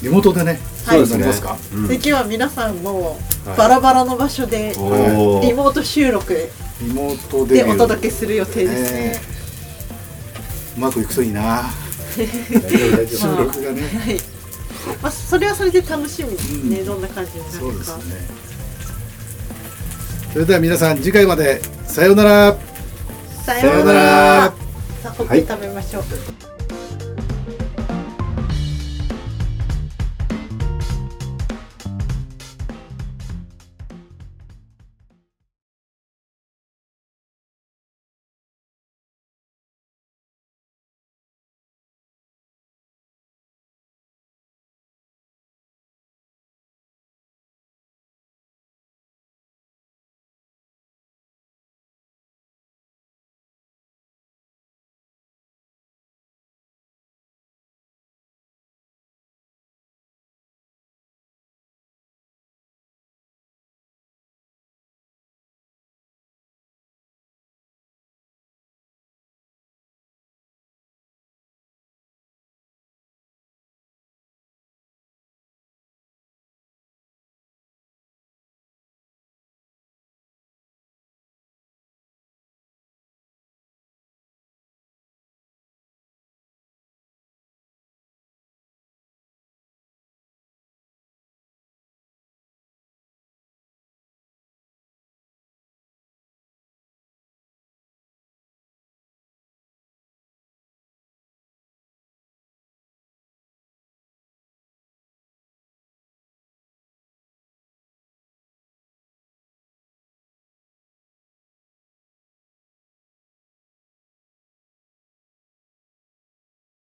Speaker 4: リモートでね、
Speaker 2: はい
Speaker 4: なりますか。
Speaker 3: うん
Speaker 2: 次は皆さんも
Speaker 4: はい
Speaker 2: バラバラの場所で
Speaker 3: お
Speaker 2: リ
Speaker 3: ー
Speaker 2: モート収録
Speaker 4: リモートデビ
Speaker 2: で
Speaker 4: ュー。
Speaker 2: お届けする予定ですね
Speaker 4: ね。うまくいくといいな。
Speaker 3: 大丈夫大丈
Speaker 4: 収
Speaker 2: まあ
Speaker 4: 録がね。
Speaker 2: はい。まあそれはそれで楽しみですね。
Speaker 4: うん
Speaker 2: どんな感じになるか。
Speaker 4: そうですね。それでは皆さん次回までさようなら。
Speaker 2: さ
Speaker 3: さ
Speaker 2: よ
Speaker 3: よ
Speaker 2: う
Speaker 3: う
Speaker 2: な
Speaker 3: な
Speaker 2: ら
Speaker 3: ら。
Speaker 2: さあホッケ食べましょう。